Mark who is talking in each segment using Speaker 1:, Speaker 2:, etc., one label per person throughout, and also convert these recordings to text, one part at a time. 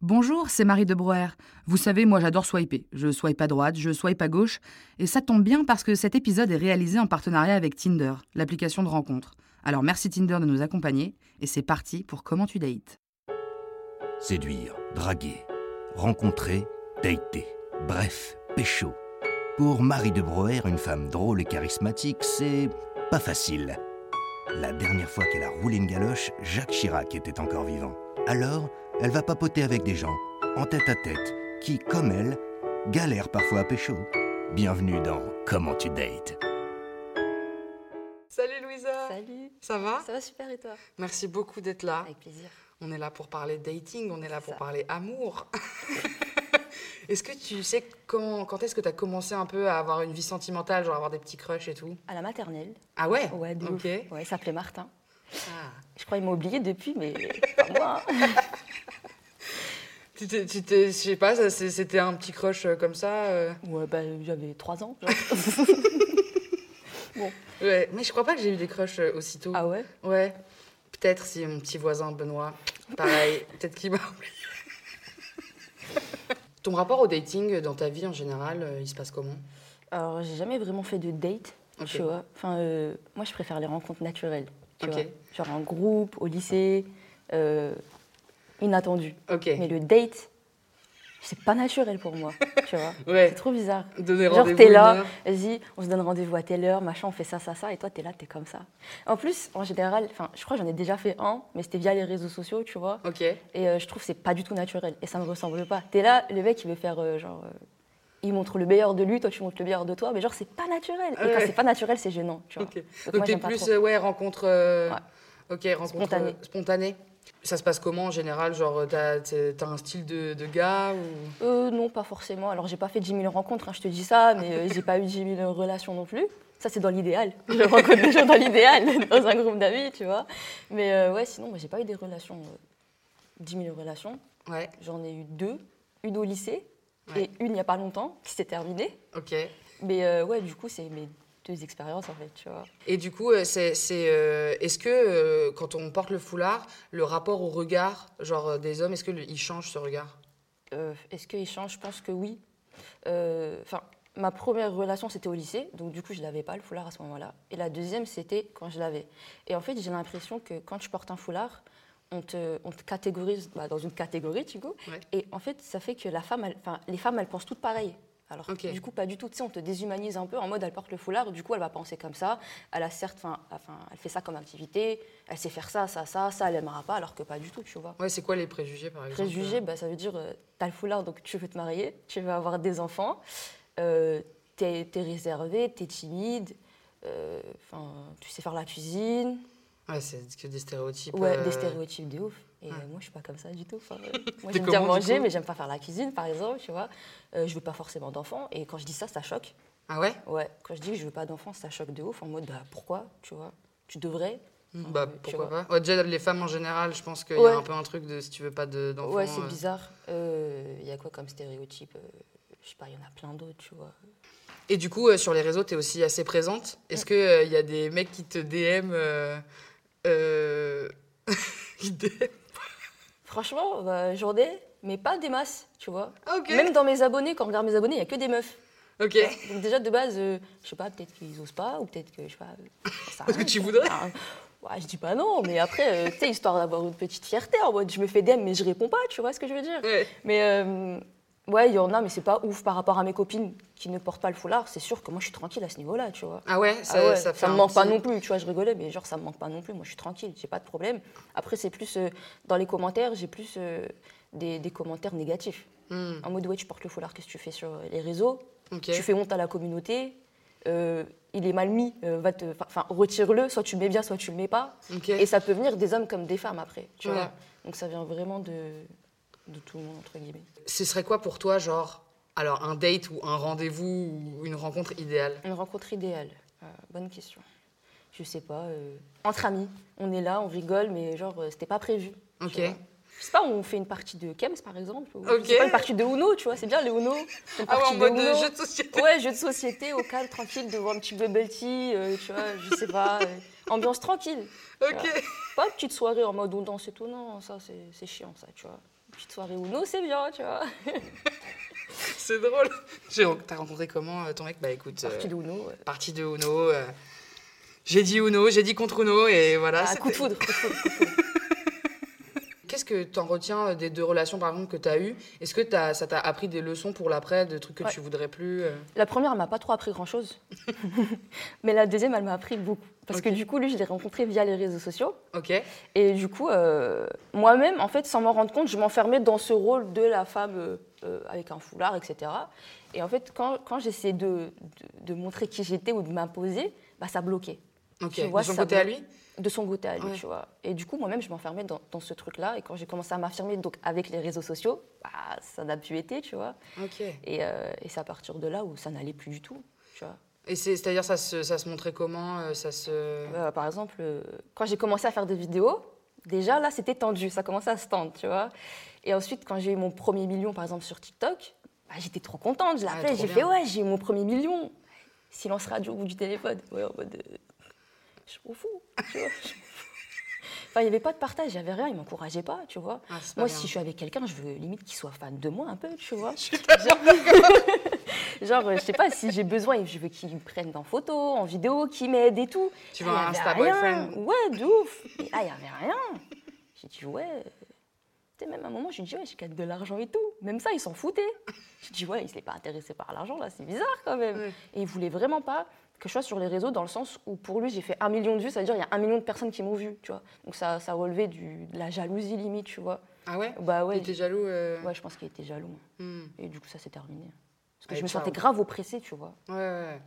Speaker 1: Bonjour, c'est Marie de Brouwer. Vous savez, moi j'adore swiper. Je swipe à droite, je swipe à gauche. Et ça tombe bien parce que cet épisode est réalisé en partenariat avec Tinder, l'application de rencontre. Alors merci Tinder de nous accompagner. Et c'est parti pour Comment tu dates.
Speaker 2: Séduire, draguer, rencontrer, dater. Bref, pécho. Pour Marie de Broer, une femme drôle et charismatique, c'est pas facile. La dernière fois qu'elle a roulé une galoche, Jacques Chirac était encore vivant. Alors, elle va papoter avec des gens, en tête à tête, qui, comme elle, galèrent parfois à pécho. Bienvenue dans Comment tu dates.
Speaker 3: Salut Louisa
Speaker 4: Salut
Speaker 3: Ça va
Speaker 4: Ça va super et toi
Speaker 3: Merci beaucoup d'être là.
Speaker 4: Avec plaisir.
Speaker 3: On est là pour parler dating, on est là
Speaker 4: C'est
Speaker 3: pour
Speaker 4: ça.
Speaker 3: parler amour. est-ce que tu sais quand, quand est-ce que tu as commencé un peu à avoir une vie sentimentale, genre avoir des petits crushs et tout
Speaker 4: À la maternelle.
Speaker 3: Ah ouais
Speaker 4: Ouais, de
Speaker 3: Ok.
Speaker 4: ouf. Ouais, il s'appelait Martin.
Speaker 3: Ah.
Speaker 4: Je crois qu'il m'a oublié depuis, mais pas moi. hein.
Speaker 3: Tu t'es, tu t'es- je sais pas, ça, c'est- c'était un petit crush euh, comme ça euh,
Speaker 4: Ouais, bah j'avais 3 ans. genre.
Speaker 3: ouais. Mais je crois pas que j'ai eu des crushs euh, aussitôt.
Speaker 4: ah ouais
Speaker 3: Ouais. Peut-être si mon petit voisin Benoît, pareil, peut-être qu'il m'a oublié. Ton rapport au dating euh, dans ta vie en général, euh, il se passe comment
Speaker 4: Alors j'ai jamais vraiment fait de date,
Speaker 3: Ok.
Speaker 4: tu vois. Enfin, euh, moi je préfère les rencontres naturelles, tu
Speaker 3: Ok.
Speaker 4: vois. Genre en groupe, au lycée, euh, inattendu.
Speaker 3: Ok.
Speaker 4: Mais le date, c'est pas naturel pour moi, tu vois.
Speaker 3: Ouais.
Speaker 4: C'est trop bizarre.
Speaker 3: Donner
Speaker 4: Genre,
Speaker 3: rendez-vous
Speaker 4: t'es
Speaker 3: une
Speaker 4: là,
Speaker 3: heure.
Speaker 4: vas-y, on se donne rendez-vous à telle heure, machin, on fait ça, ça, ça, et toi, t'es là, t'es comme ça. En plus, en général, enfin, je crois que j'en ai déjà fait un, mais c'était via les réseaux sociaux, tu vois.
Speaker 3: Ok.
Speaker 4: Et euh, je trouve que c'est pas du tout naturel, et ça me ressemble pas. T'es là, le mec, il veut faire euh, genre. euh, il montre le meilleur de lui, toi, tu montres le meilleur de toi, mais genre, c'est pas naturel. Et quand
Speaker 3: Ouais.
Speaker 4: c'est pas naturel, c'est gênant, tu vois.
Speaker 3: Ok.
Speaker 4: Donc,
Speaker 3: Donc
Speaker 4: moi,
Speaker 3: t'es
Speaker 4: j'aime pas
Speaker 3: plus
Speaker 4: trop.
Speaker 3: euh, ouais rencontre. euh,
Speaker 4: Ouais.
Speaker 3: Ok rencontre
Speaker 4: Spontanée.
Speaker 3: euh, spontanée. Ça se passe comment en général Genre t'as t'es- t'as un style de, de gars ou
Speaker 4: Euh, non, pas forcément. Alors, j'ai pas fait 10 000 rencontres, hein, je te dis ça, mais euh, j'ai pas eu 10 000 relations non plus. Ça, c'est dans l'idéal. Je rencontre des gens dans l'idéal, dans un groupe d'amis, tu vois. Mais euh, ouais, sinon, moi, j'ai pas eu des relations. euh, 10 000 relations.
Speaker 3: ouais
Speaker 4: J'en ai eu deux. Une au lycée
Speaker 3: Ouais.
Speaker 4: et une il y a pas longtemps, qui s'est terminée.
Speaker 3: ok.
Speaker 4: Mais euh, ouais, du coup, c'est mes deux expériences, en fait, tu vois.
Speaker 3: Et du coup euh, c'est c'est, euh, est-ce que euh, quand on porte le foulard le rapport au regard genre euh, des hommes est-ce que le- il change ce regard
Speaker 4: Euh, Est-ce qu'ils changent Je pense que oui. Euh, Enfin, ma première relation, c'était au lycée, donc du coup, je l'avais pas, le foulard, à ce moment-là. Et la deuxième, c'était quand je l'avais. Et en fait, j'ai l'impression que quand tu portes un foulard, on te, on te catégorise bah, dans une catégorie, tu vois.
Speaker 3: Ouais.
Speaker 4: Et en fait, ça fait que la femme, elle- enfin, les femmes, elles pensent toutes pareilles. Alors, que
Speaker 3: Ok.
Speaker 4: du coup, pas du tout. Tu sais, on te déshumanise un peu en mode, elle porte le foulard, du coup, elle va penser comme ça. Elle a certes, enfin, enfin, elle fait ça comme activité, elle sait faire ça, ça, ça, ça, elle aimera pas, alors que pas du tout, tu vois.
Speaker 3: Ouais c'est quoi les préjugés par exemple
Speaker 4: Préjugé, bah, ça veut dire euh, t'as le foulard, donc tu veux te marier, tu veux avoir des enfants, euh, t'es t'es réservé, t'es timide, euh, 'fin, tu sais faire la cuisine,
Speaker 3: Ouais c'est que des stéréotypes.
Speaker 4: ouais,
Speaker 3: euh,
Speaker 4: des stéréotypes de ouf. Et euh, moi, je suis pas comme ça du tout. 'fin, euh, moi,
Speaker 3: T'es
Speaker 4: j'aime bien
Speaker 3: comment, du
Speaker 4: manger,
Speaker 3: coup
Speaker 4: mais j'aime pas faire la cuisine, par exemple, tu vois. Euh, je veux pas forcément d'enfants, et quand je dis ça, ça choque.
Speaker 3: Ah ouais
Speaker 4: Ouais, quand je dis que je veux pas d'enfants, ça choque de ouf, en mode bah, pourquoi, tu vois, tu devrais. Enfin,
Speaker 3: Bah
Speaker 4: euh, tu
Speaker 3: pourquoi
Speaker 4: vois.
Speaker 3: pas Ouais, déjà les femmes en général je pense qu'il y
Speaker 4: Ouais.
Speaker 3: a un peu un truc de si tu veux pas de- d'enfants.
Speaker 4: Ouais, c'est
Speaker 3: euh,
Speaker 4: bizarre. Euh, Il y a quoi comme stéréotype Euh, Je sais pas, il y en a plein d'autres, tu vois.
Speaker 3: Et du coup, euh, sur les réseaux, tu es aussi assez présente. Est-ce
Speaker 4: Mm.
Speaker 3: qu'il y a des mecs qui te DM euh, euh, qui te DM?
Speaker 4: Franchement, bah, j'en ai, mais pas des masses, tu vois.
Speaker 3: Ok.
Speaker 4: Même dans mes abonnés, quand on regarde mes abonnés, il n'y a que des meufs.
Speaker 3: Ok.
Speaker 4: Donc déjà, de base, euh, je sais pas, peut-être qu'ils osent pas, ou peut-être que, je sais pas... euh, ça
Speaker 3: Parce que
Speaker 4: arrive,
Speaker 3: tu voudrais.
Speaker 4: Ah, ouais, je dis pas non, mais après, euh, tu sais, histoire d'avoir une petite fierté, en mode, je me fais DM, mais je réponds pas, tu vois ce que je veux dire
Speaker 3: Ouais.
Speaker 4: Mais euh, ouais, il y en a, mais c'est pas ouf par rapport à mes copines qui ne portent pas le foulard. C'est sûr que moi, je suis tranquille à ce niveau-là, tu vois.
Speaker 3: Ah ouais, ça,
Speaker 4: Ah ouais,
Speaker 3: ça fait
Speaker 4: me
Speaker 3: un
Speaker 4: manque pas
Speaker 3: petit-
Speaker 4: non plus, tu vois, je rigolais, mais genre ça me manque pas non plus, moi je suis tranquille, j'ai pas de problème. Après c'est plus, euh, dans les commentaires, j'ai plus euh, des, des commentaires négatifs. En mode ouais, tu portes le foulard, qu'est-ce que tu fais sur les réseaux
Speaker 3: Hmm. Ok.
Speaker 4: Tu fais honte à la communauté, euh, il est mal mis, euh, va te, enfin retire-le, soit tu le mets bien, soit tu le mets pas.
Speaker 3: Ok.
Speaker 4: Et ça peut venir des hommes comme des femmes après, tu
Speaker 3: Ouais.
Speaker 4: vois. Donc ça vient vraiment de, de tout le monde entre guillemets.
Speaker 3: Ce serait quoi pour toi, genre, alors un date ou un rendez-vous ou une rencontre idéale
Speaker 4: Une rencontre idéale. Euh, bonne question. Je sais pas. euh, entre amis, on est là, on rigole, mais genre euh, c'était pas prévu. tu
Speaker 3: Ok.
Speaker 4: vois. Je sais pas, on fait une partie de Kems par exemple. Ou, je
Speaker 3: Ok.
Speaker 4: sais pas, une partie de Uno, tu vois, c'est bien les Uno. Une
Speaker 3: Ah ouais, en
Speaker 4: partie
Speaker 3: mode
Speaker 4: Uno.
Speaker 3: jeu de société.
Speaker 4: Ouais, jeu de société, au calme, tranquille, devant un petit bubble tea, euh, tu vois, je sais pas. euh, ambiance tranquille.
Speaker 3: Ok.
Speaker 4: Pas petite soirée en mode on danse et tout, non, ça c'est c'est chiant ça, tu vois. Petite soirée Uno, c'est bien, tu vois.
Speaker 3: C'est drôle. J'ai- T'as rencontré comment euh, ton mec Bah écoute, euh,
Speaker 4: Partie de Uno, ouais.
Speaker 3: partie de Uno. euh, j'ai dit Uno, j'ai dit contre Uno et voilà.
Speaker 4: Ah,
Speaker 3: c'était-
Speaker 4: coup de foudre, coup de foudre.
Speaker 3: Qu'est-ce que t'en retiens euh, des deux relations par exemple que t'as eues Est-ce que t'as- ça t'a appris des leçons pour l'après, de trucs que
Speaker 4: Ouais.
Speaker 3: tu voudrais plus euh
Speaker 4: La première, elle m'a pas trop appris grand-chose. Mais la deuxième, elle m'a appris beaucoup. Parce que du coup, lui, je l'ai rencontré via les réseaux sociaux.
Speaker 3: Ok.
Speaker 4: Et du coup, euh, moi-même, en fait, sans m'en rendre compte, je m'enfermais dans ce rôle de la femme euh, euh, avec un foulard, etc. Et en fait, quand, quand j'essayais de, de, de montrer qui j'étais ou de m'imposer, bah, ça bloquait.
Speaker 3: Ok.
Speaker 4: Tu vois,
Speaker 3: de son
Speaker 4: ça
Speaker 3: côté à
Speaker 4: me-
Speaker 3: lui
Speaker 4: De son côté à lui,
Speaker 3: Ouais.
Speaker 4: tu vois. Et du coup, moi-même, je m'enfermais dans, dans ce truc-là. Et quand j'ai commencé à m'affirmer donc, avec les réseaux sociaux, bah, ça n'a plus été, tu vois.
Speaker 3: Ok.
Speaker 4: Et, euh, et c'est à partir de là où ça n'allait plus du tout, tu vois.
Speaker 3: Et c'est- c'est-à-dire ça se, ça se montrait comment euh, Ça se.
Speaker 4: Euh, par exemple, euh, quand j'ai commencé à faire des vidéos, déjà là c'était tendu, ça commençait à se tendre, tu vois. Et ensuite, quand j'ai eu mon premier million par exemple sur TikTok, bah, j'étais trop contente, je
Speaker 3: Ah,
Speaker 4: l'appelais,
Speaker 3: trop
Speaker 4: j'ai
Speaker 3: bien.
Speaker 4: fait ouais, j'ai eu mon premier million. Silence radio au bout du téléphone, ouais, en mode. euh, je m'en fous, tu vois. je m'en fous. Enfin, il n'y avait pas de partage, il n'y avait rien, il ne m'encourageait pas, tu vois.
Speaker 3: Ah, c'est pas
Speaker 4: moi,
Speaker 3: bien.
Speaker 4: si je suis avec quelqu'un, je veux limite qu'il soit fan de moi un peu, tu vois. Genre- Genre, euh, je sais pas, si j'ai besoin, je veux qu'ils me prennent en photo, en vidéo, qu'ils m'aident et tout.
Speaker 3: Tu
Speaker 4: Là,
Speaker 3: veux
Speaker 4: y
Speaker 3: un
Speaker 4: avait
Speaker 3: Insta
Speaker 4: rien.
Speaker 3: boyfriend.
Speaker 4: Ouais, de ouf. Et là, il y avait rien. J'ai dit, ouais. Tu sais, même à un moment, j'ai dit, ouais, je gagne de l'argent et tout. Même ça, ils s'en foutaient. J'ai dit, ouais, ils s'est pas intéressés par l'argent, là, c'est bizarre quand même. Et ils voulaient vraiment pas que je sois sur les réseaux dans le sens où pour lui, j'ai fait un million de vues, ça veut dire il y a un million de personnes qui m'ont vu, tu vois. Donc ça, ça relevait du, de la jalousie limite, tu vois.
Speaker 3: Ah ouais
Speaker 4: Bah ouais.
Speaker 3: Il était jaloux euh,
Speaker 4: Ouais, je pense qu'il était jaloux.
Speaker 3: hmm.
Speaker 4: Et du coup, ça s'est terminé. Parce que
Speaker 3: Allez,
Speaker 4: je me
Speaker 3: ciao.
Speaker 4: sentais grave oppressée, tu vois.
Speaker 3: Ouais, ouais.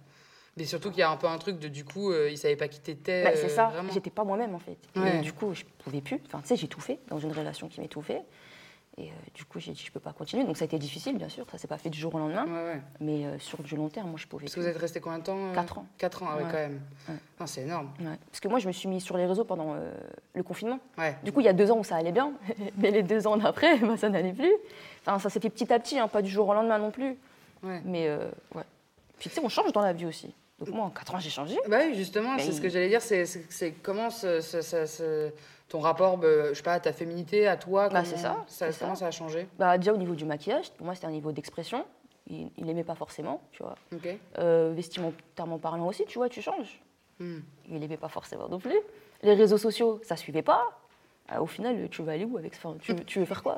Speaker 3: Mais surtout qu'il y a un peu un truc de du coup, euh, il savait pas qui t'étais.
Speaker 4: Bah, c'est
Speaker 3: euh,
Speaker 4: ça,
Speaker 3: vraiment.
Speaker 4: j'étais pas moi-même en fait.
Speaker 3: Ouais.
Speaker 4: Et du coup, je pouvais plus. Enfin, tu sais, j'étouffais dans une relation qui m'étouffait. Et euh, du coup, j'ai dit, je peux pas continuer. Donc, ça a été difficile, bien sûr. Ça s'est pas fait du jour au lendemain.
Speaker 3: Ouais, ouais.
Speaker 4: Mais euh, sur du long terme, moi, je pouvais
Speaker 3: Parce que
Speaker 4: plus.
Speaker 3: vous êtes resté combien de temps euh,
Speaker 4: Quatre ans.
Speaker 3: Quatre ans, ah ouais,
Speaker 4: Ouais.
Speaker 3: quand même.
Speaker 4: Ouais.
Speaker 3: Non, c'est énorme.
Speaker 4: Ouais. Parce que moi, je me suis mis sur les réseaux pendant euh, le confinement.
Speaker 3: Ouais.
Speaker 4: Du coup, il y a deux ans où ça allait bien, mais les deux ans d'après, bah, ça n'allait plus. Enfin, ça s'est fait petit à petit, hein, pas du jour au lendemain non plus.
Speaker 3: Ouais.
Speaker 4: Mais euh, ouais. Puis tu sais, on change dans la vie aussi. Donc moi, en quatre ans, j'ai changé.
Speaker 3: Bah oui, justement, c'est
Speaker 4: Mais-
Speaker 3: ce que j'allais dire. C'est, c'est, c'est comment ce- ce- ça- ce- ton rapport, bah, je sais pas, à ta féminité, à toi,
Speaker 4: Bah,
Speaker 3: comment
Speaker 4: c'est ça, c'est ça.
Speaker 3: Comment ça a changé
Speaker 4: Bah, déjà, au niveau du maquillage, pour moi, c'était un niveau d'expression. Il n'aimait pas forcément, tu vois.
Speaker 3: Ok.
Speaker 4: Euh, vestimentairement parlant aussi, tu vois, tu changes.
Speaker 3: Hmm.
Speaker 4: Il n'aimait pas forcément non plus. Les réseaux sociaux, ça suivait pas. Euh, au final, tu veux aller où avec ça Enfin, tu, tu veux faire quoi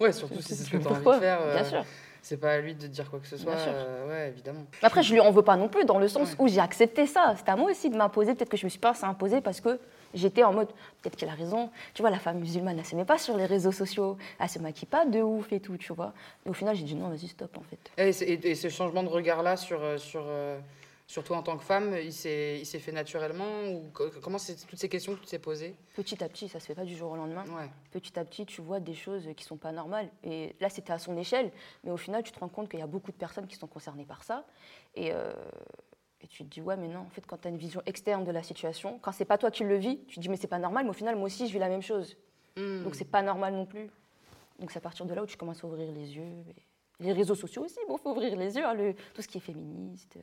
Speaker 3: Ouais, surtout si c'est ce que
Speaker 4: veux
Speaker 3: t'as
Speaker 4: faire
Speaker 3: envie
Speaker 4: quoi
Speaker 3: de faire. euh,
Speaker 4: Bien sûr.
Speaker 3: C'est pas à lui de te dire quoi que ce soit.
Speaker 4: Bien sûr.
Speaker 3: euh, ouais, évidemment.
Speaker 4: Mais Après, je lui en veux pas non plus, dans le sens où j'ai accepté ça. C'était à moi aussi de m'imposer. Peut-être que je me suis pas assez imposée parce que j'étais en mode, peut-être qu'il a raison. Tu vois, la femme musulmane, elle se met pas sur les réseaux sociaux. Elle se maquille pas de ouf et tout, tu vois. Et au final, j'ai dit non, vas-y, stop, en fait.
Speaker 3: Et, c'est- et- et ce changement de regard-là sur, euh, sur, euh, sur toi en tant que femme, il s'est, il s'est fait naturellement ou co- Comment c'est toutes ces questions que tu t'es posées
Speaker 4: Petit à petit, ça se fait pas du jour au lendemain.
Speaker 3: Ouais.
Speaker 4: Petit à petit, tu vois des choses qui sont pas normales. Et là, c'était à son échelle. Mais au final, tu te rends compte qu'il y a beaucoup de personnes qui sont concernées par ça. Et, euh, et tu te dis, ouais, mais non, en fait, quand tu as une vision externe de la situation, quand c'est pas toi qui le vis, tu te dis, mais c'est pas normal. Mais au final, moi aussi, je vis la même chose. Donc c'est pas normal non plus. Donc c'est à partir de là où tu commences à ouvrir les yeux. et les réseaux sociaux aussi, bon, faut ouvrir les yeux. hein, le- tout ce qui est féministe, euh,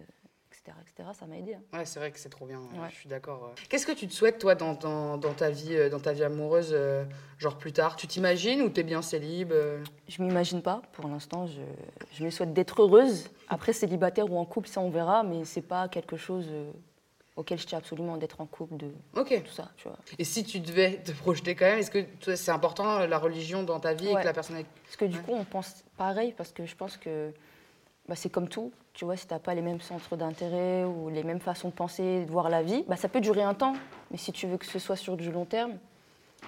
Speaker 4: etc., etc., ça m'a aidé. hein.
Speaker 3: Ouais, c'est vrai que c'est trop bien, hein,
Speaker 4: Ouais.
Speaker 3: je suis d'accord. Qu'est-ce que tu te souhaites, toi, dans, dans, dans ta, vie, euh, dans ta vie amoureuse, euh, genre plus tard Tu t'imagines ou t'es bien célib euh
Speaker 4: Je m'imagine pas, pour l'instant, je, je me souhaite d'être heureuse. Après, célibataire ou en couple, ça on verra, mais c'est pas quelque chose euh, auquel je tiens absolument d'être en couple, de
Speaker 3: Ok.
Speaker 4: tout ça, tu vois.
Speaker 3: Et si tu devais te projeter quand même, est-ce que toi, c'est important euh, la religion dans ta vie et
Speaker 4: Ouais.
Speaker 3: que la personne. est-
Speaker 4: Parce que du
Speaker 3: Ouais.
Speaker 4: coup, on pense pareil, parce que je pense que bah, c'est comme tout. Tu vois, si t'as pas les mêmes centres d'intérêt ou les mêmes façons de penser, de voir la vie, bah, ça peut durer un temps. Mais si tu veux que ce soit sur du long terme,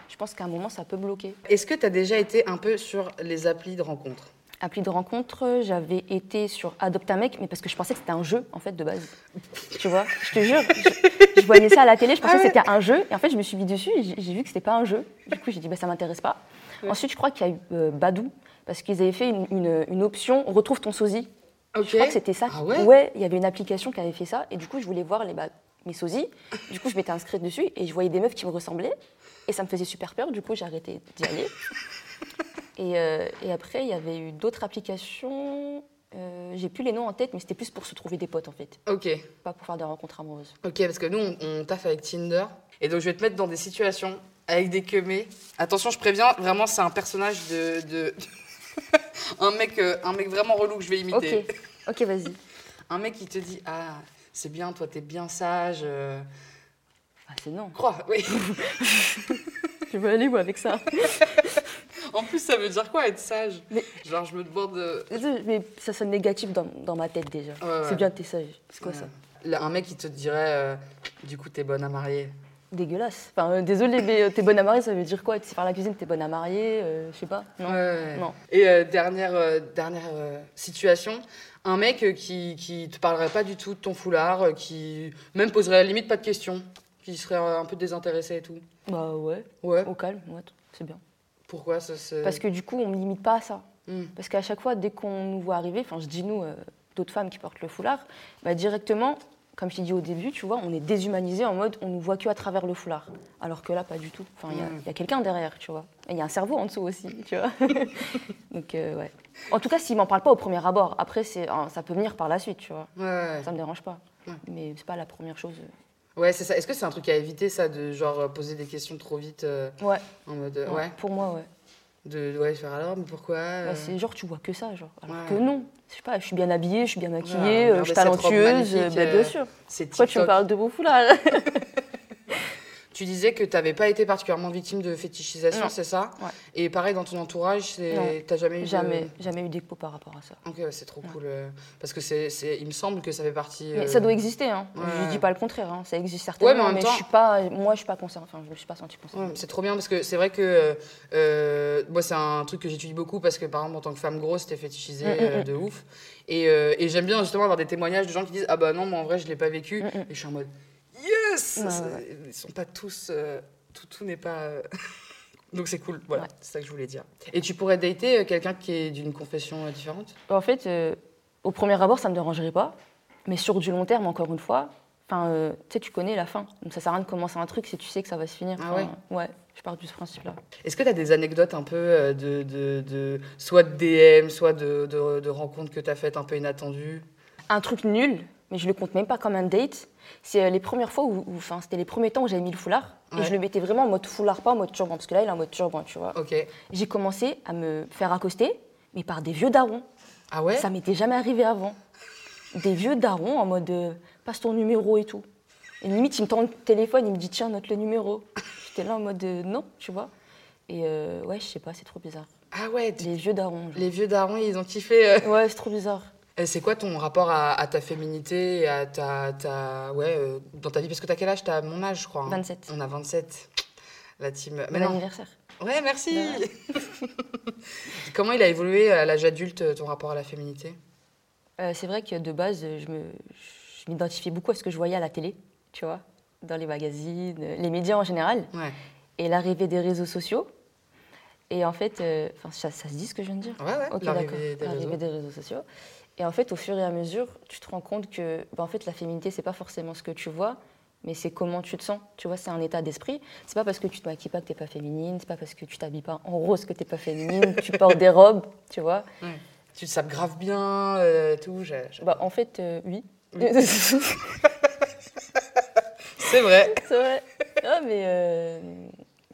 Speaker 4: je pense qu'à un moment, ça peut bloquer.
Speaker 3: Est-ce que tu as déjà été un peu sur les applis de rencontre
Speaker 4: appli de rencontre, j'avais été sur Adopte un mec, mais parce que je pensais que c'était un jeu, en fait, de base. Tu vois, je te jure, je, je voyais ça à la télé, je
Speaker 3: Ah
Speaker 4: pensais que c'était un jeu, et en fait, je me suis mis dessus, et j'ai j'ai vu que c'était pas un jeu. Du coup, j'ai dit, bah, ça m'intéresse pas. Ensuite, je crois qu'il y a eu euh, Badou, parce qu'ils avaient fait une, une- une option Retrouve ton sosie.
Speaker 3: Ok.
Speaker 4: Je crois que c'était ça.
Speaker 3: Ah ouais
Speaker 4: il y avait une application qui avait fait ça, et du coup, je voulais voir les, bah, mes sosies. Du coup, je m'étais inscrite dessus, et je voyais des meufs qui me ressemblaient, et ça me faisait super peur, du coup, j'ai arrêté d'y aller. Et, euh, et après, il y avait eu d'autres applications. euh, J'ai plus les noms en tête, mais c'était plus pour se trouver des potes en fait,
Speaker 3: Ok,
Speaker 4: pas pour faire des rencontres amoureuses.
Speaker 3: ok, parce que nous, on, on taffe avec Tinder. Et donc, je vais te mettre dans des situations avec des queumés. Attention, je préviens, vraiment, c'est un personnage de. de- un, mec, euh, un mec vraiment relou que je vais
Speaker 4: Ok,
Speaker 3: imiter.
Speaker 4: ok, vas-y.
Speaker 3: Un mec qui te dit Ah, c'est bien, toi, t'es bien sage. euh,
Speaker 4: Ah, c'est non.
Speaker 3: Crois, oui.
Speaker 4: Je veux aller où avec ça
Speaker 3: en plus, ça veut dire quoi être sage
Speaker 4: Mais-
Speaker 3: Genre, je me demande. euh,
Speaker 4: Mais ça sonne négatif dans, dans ma tête déjà.
Speaker 3: Ouais, ouais.
Speaker 4: C'est bien, t'es sage. C'est quoi ça
Speaker 3: Là, un mec qui te dirait euh, Du coup, t'es bonne à marier.
Speaker 4: Dégueulasse. Enfin, euh, désolé, mais euh, t'es bonne à marier, ça veut dire quoi Tu sais faire la cuisine, t'es bonne à marier, euh, je sais pas. Non.
Speaker 3: Ouais.
Speaker 4: Non.
Speaker 3: Et euh, dernière, euh, dernière euh, situation, un mec euh, qui, qui te parlerait pas du tout de ton foulard, euh, qui même poserait à la limite pas de questions, qui serait euh, un peu désintéressé et tout.
Speaker 4: Bah ouais,
Speaker 3: Ouais.
Speaker 4: au calme, ouais, c'est bien.
Speaker 3: Pourquoi ça se...
Speaker 4: Parce que du coup, on ne limite pas à ça.
Speaker 3: Hmm.
Speaker 4: Parce qu'à chaque fois, dès qu'on nous voit arriver, enfin, je dis nous, euh, d'autres femmes qui portent le foulard, bah, directement, comme je t'ai dit au début, tu vois, on est déshumanisé en mode on nous voit que à travers le foulard. Alors que là, pas du tout. Enfin, il y
Speaker 3: Hmm.
Speaker 4: a- il y a, quelqu'un derrière, tu vois. Et il y a un cerveau en dessous aussi, tu vois. Donc, euh, ouais. En tout cas, s'il m'en parle pas au premier abord, après, c'est, hein, ça peut venir par la suite, tu vois.
Speaker 3: Ouais, ouais.
Speaker 4: Ça me dérange pas. Mais c'est pas la première chose. euh,
Speaker 3: Ouais, c'est ça. Est-ce que c'est un truc à éviter, ça, de genre euh, poser des questions trop vite euh,
Speaker 4: Ouais.
Speaker 3: en mode. euh, ouais.
Speaker 4: Pour moi, ouais.
Speaker 3: De ouais, faire alors, mais pourquoi
Speaker 4: Bah,
Speaker 3: euh,
Speaker 4: c'est genre, tu vois que ça, genre. Alors
Speaker 3: Ouais.
Speaker 4: que non. Je sais pas, je suis bien habillée, je suis bien maquillée,
Speaker 3: Ouais, regardez
Speaker 4: euh, je suis
Speaker 3: cette robe
Speaker 4: talentueuse, euh,
Speaker 3: magnifique,
Speaker 4: bah,
Speaker 3: euh,
Speaker 4: bien sûr.
Speaker 3: C'est
Speaker 4: Pourquoi tu me
Speaker 3: TikTok.
Speaker 4: parles de vos foulards
Speaker 3: Tu disais que t'avais pas été particulièrement victime de fétichisation,
Speaker 4: Non.
Speaker 3: c'est ça
Speaker 4: Ouais.
Speaker 3: Et pareil, dans ton entourage, c'est-
Speaker 4: Non.
Speaker 3: t'as jamais eu de-
Speaker 4: Jamais, jamais eu d'écho par rapport à ça.
Speaker 3: Ok, ouais, c'est trop cool. euh, Parce que c'est, c'est- il me semble que ça fait partie.
Speaker 4: Mais
Speaker 3: euh,
Speaker 4: ça doit exister, hein.
Speaker 3: ouais.
Speaker 4: Je dis pas le contraire, hein. ça existe certainement.
Speaker 3: Ouais, mais en même temps-
Speaker 4: je suis pas, moi, je suis pas concernée. Enfin, je me suis pas sentie
Speaker 3: ouais,
Speaker 4: concernée.
Speaker 3: mais c'est trop bien parce que c'est vrai que euh, euh, moi c'est un truc que j'étudie beaucoup parce que par exemple en tant que femme grosse t'es
Speaker 4: Mm,
Speaker 3: fétichisée euh, de ouf et, euh, et j'aime bien justement avoir des témoignages de gens qui disent ah bah non moi en vrai je l'ai pas vécu et je suis en mode yes
Speaker 4: Mm, Ouais, ouais,
Speaker 3: C'est- ils sont pas tous euh, tout tout n'est pas euh, donc c'est cool voilà
Speaker 4: Ouais.
Speaker 3: c'est ça que je voulais dire et tu pourrais dater euh, quelqu'un qui est d'une confession euh, différente
Speaker 4: En fait, euh, au premier abord, ça me dérangerait pas. Mais sur du long terme, encore une fois, enfin, euh, tu sais, tu connais la fin. Donc ça sert à rien de commencer un truc si tu sais que ça va se finir.
Speaker 3: Ah
Speaker 4: Enfin, Ouais, je pars de ce principe-là.
Speaker 3: Est-ce que tu as des anecdotes un peu euh, de, de, de- soit de DM, soit de, de- de rencontres que tu as faites un peu inattendues
Speaker 4: un truc nul, mais je le compte même pas comme un date. C'est euh, les premières fois où, où- enfin, c'était les premiers temps où j'avais mis le foulard
Speaker 3: Ouais.
Speaker 4: et je le mettais vraiment en mode foulard, pas en mode turban, parce que là il est en mode turban, tu vois.
Speaker 3: Ok.
Speaker 4: J'ai commencé à me faire accoster, mais par des vieux darons.
Speaker 3: Ah ouais
Speaker 4: Ça m'était jamais arrivé avant. Des vieux darons en mode euh, passe ton numéro et tout. Et limite, il me tend le téléphone, il me dit tiens, note le numéro. J'étais là en mode euh, non, tu vois. Et euh, ouais, je sais pas, c'est trop bizarre.
Speaker 3: Ah ouais, t-
Speaker 4: Les vieux darons. genre.
Speaker 3: les vieux darons, ils ont kiffé. euh.
Speaker 4: Ouais, c'est trop bizarre.
Speaker 3: Et C'est quoi ton rapport à, à ta féminité et à ta, ta- ouais, euh, dans ta vie Parce que t'as quel âge T'as mon âge, je crois. hein.
Speaker 4: 27.
Speaker 3: On a 27. La team. Mais
Speaker 4: Bon
Speaker 3: non.
Speaker 4: anniversaire.
Speaker 3: Ouais, merci. Comment il a évolué euh, à l'âge adulte, ton rapport à la féminité
Speaker 4: Euh, c'est vrai que de base, euh, je me- je m'identifiais beaucoup à ce que je voyais à la télé, tu vois, dans les magazines, euh, les médias en général,
Speaker 3: Ouais.
Speaker 4: et l'arrivée des réseaux sociaux. Et en fait, euh, 'fin, ça, ça se dit ce que je viens de dire
Speaker 3: Ouais, ouais,
Speaker 4: Ok,
Speaker 3: l'arrivée
Speaker 4: d'accord.
Speaker 3: des réseaux.
Speaker 4: L'arrivée des réseaux sociaux. Et en fait, au fur et à mesure, tu te rends compte que bah, en fait, la féminité, c'est pas forcément ce que tu vois, mais c'est comment tu te sens. Tu vois, c'est un état d'esprit. C'est pas parce que tu te maquilles pas que t'es pas féminine, c'est pas parce que tu t'habilles pas en rose que t'es pas féminine, tu portes des robes, tu vois.
Speaker 3: Tu te sapes grave bien, euh, tout. j'ai- j'ai-
Speaker 4: Bah, en fait, euh, oui.
Speaker 3: C'est vrai.
Speaker 4: C'est vrai. Ah, mais euh,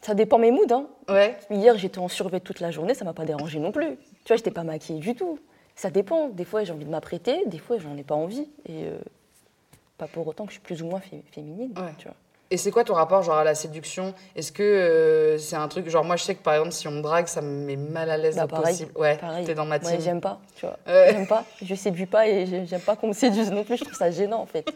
Speaker 4: ça dépend mes moods. hein.
Speaker 3: Ouais.
Speaker 4: Hier, j'étais en survêt toute la journée, ça m'a pas dérangé non plus. Tu vois, j'étais pas maquillée du tout. Ça dépend. Des fois, j'ai envie de m'apprêter, des fois, j'en ai pas envie. Et euh, pas pour autant que je suis plus ou moins fé- féminine.
Speaker 3: Ouais.
Speaker 4: Tu vois.
Speaker 3: Et c'est quoi ton rapport genre à la séduction Est-ce que euh, c'est un truc genre moi je sais que par exemple si on me drague ça me met mal à l'aise
Speaker 4: Bah,
Speaker 3: au
Speaker 4: pareil.
Speaker 3: possible. Ouais,
Speaker 4: pareil.
Speaker 3: t'es dans ma team.
Speaker 4: Ouais, j'aime pas, tu vois.
Speaker 3: Ouais.
Speaker 4: J'aime pas. Je séduis pas et j'ai- j'aime pas qu'on me séduise non plus. Je trouve ça gênant, en fait.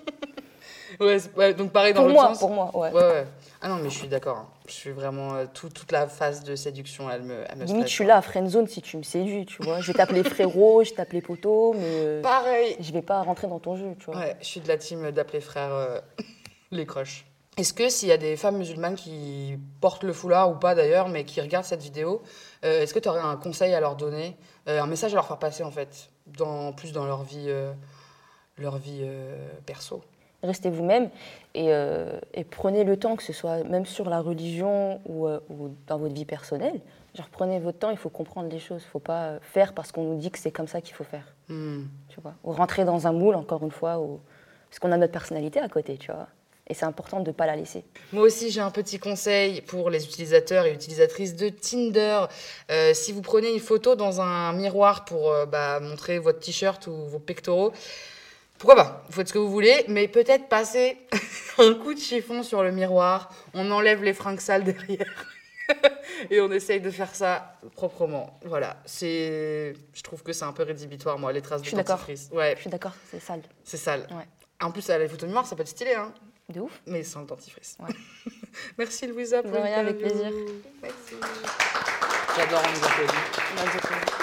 Speaker 3: ouais, Ouais, c'est- ouais, donc pareil dans
Speaker 4: Pour
Speaker 3: l'autre
Speaker 4: moi,
Speaker 3: sens.
Speaker 4: pour moi, ouais.
Speaker 3: Ouais, ouais. Ah non, mais je suis d'accord. hein. Je suis vraiment. euh, tout- toute la phase de séduction, elle me, elle me
Speaker 4: Limite,
Speaker 3: stresse.
Speaker 4: je suis là à friendzone si tu me séduis, tu vois. Je vais t'appeler frérot, je t'appeler poteau, mais euh,
Speaker 3: Pareil.
Speaker 4: je vais pas rentrer dans ton jeu, tu vois.
Speaker 3: Ouais, je suis de la team d'appeler frère euh, les croches. Est-ce que s'il y a des femmes musulmanes qui portent le foulard ou pas d'ailleurs, mais qui regardent cette vidéo, euh, est-ce que tu aurais un conseil à leur donner, euh, un message à leur faire passer en fait, dans, plus dans leur vie, euh, leur vie euh, perso
Speaker 4: Restez vous-même et, euh, et prenez le temps, que ce soit même sur la religion ou, euh, ou dans votre vie personnelle. Genre, prenez votre temps, il faut comprendre les choses. faut pas euh, faire parce qu'on nous dit que c'est comme ça qu'il faut faire,
Speaker 3: Hmm.
Speaker 4: tu vois. Ou rentrer dans un moule, encore une fois, ou... parce qu'on a notre personnalité à côté, tu vois. Et c'est important de ne pas la laisser.
Speaker 3: Moi aussi, j'ai un petit conseil pour les utilisateurs et utilisatrices de Tinder. Euh, si vous prenez une photo dans un miroir pour euh, bah, montrer votre t-shirt ou vos pectoraux, pourquoi pas Vous faites ce que vous voulez, mais peut-être passer un coup de chiffon sur le miroir. On enlève les fringues sales derrière et on essaye de faire ça proprement. Voilà, c'est, je trouve que c'est un peu rédhibitoire, moi, les traces
Speaker 4: Je
Speaker 3: de
Speaker 4: suis d'accord.
Speaker 3: dentifrice. Ouais,
Speaker 4: Je suis d'accord, c'est sale.
Speaker 3: c'est sale.
Speaker 4: Ouais.
Speaker 3: En plus, à la photo de miroir, ça peut être stylé, hein
Speaker 4: De ouf.
Speaker 3: mais sans le dentifrice.
Speaker 4: Ouais.
Speaker 3: Merci Louisa pour
Speaker 4: De rien, avec
Speaker 3: l'interview.
Speaker 4: plaisir.
Speaker 3: Merci. J'adore, on nous applaudit.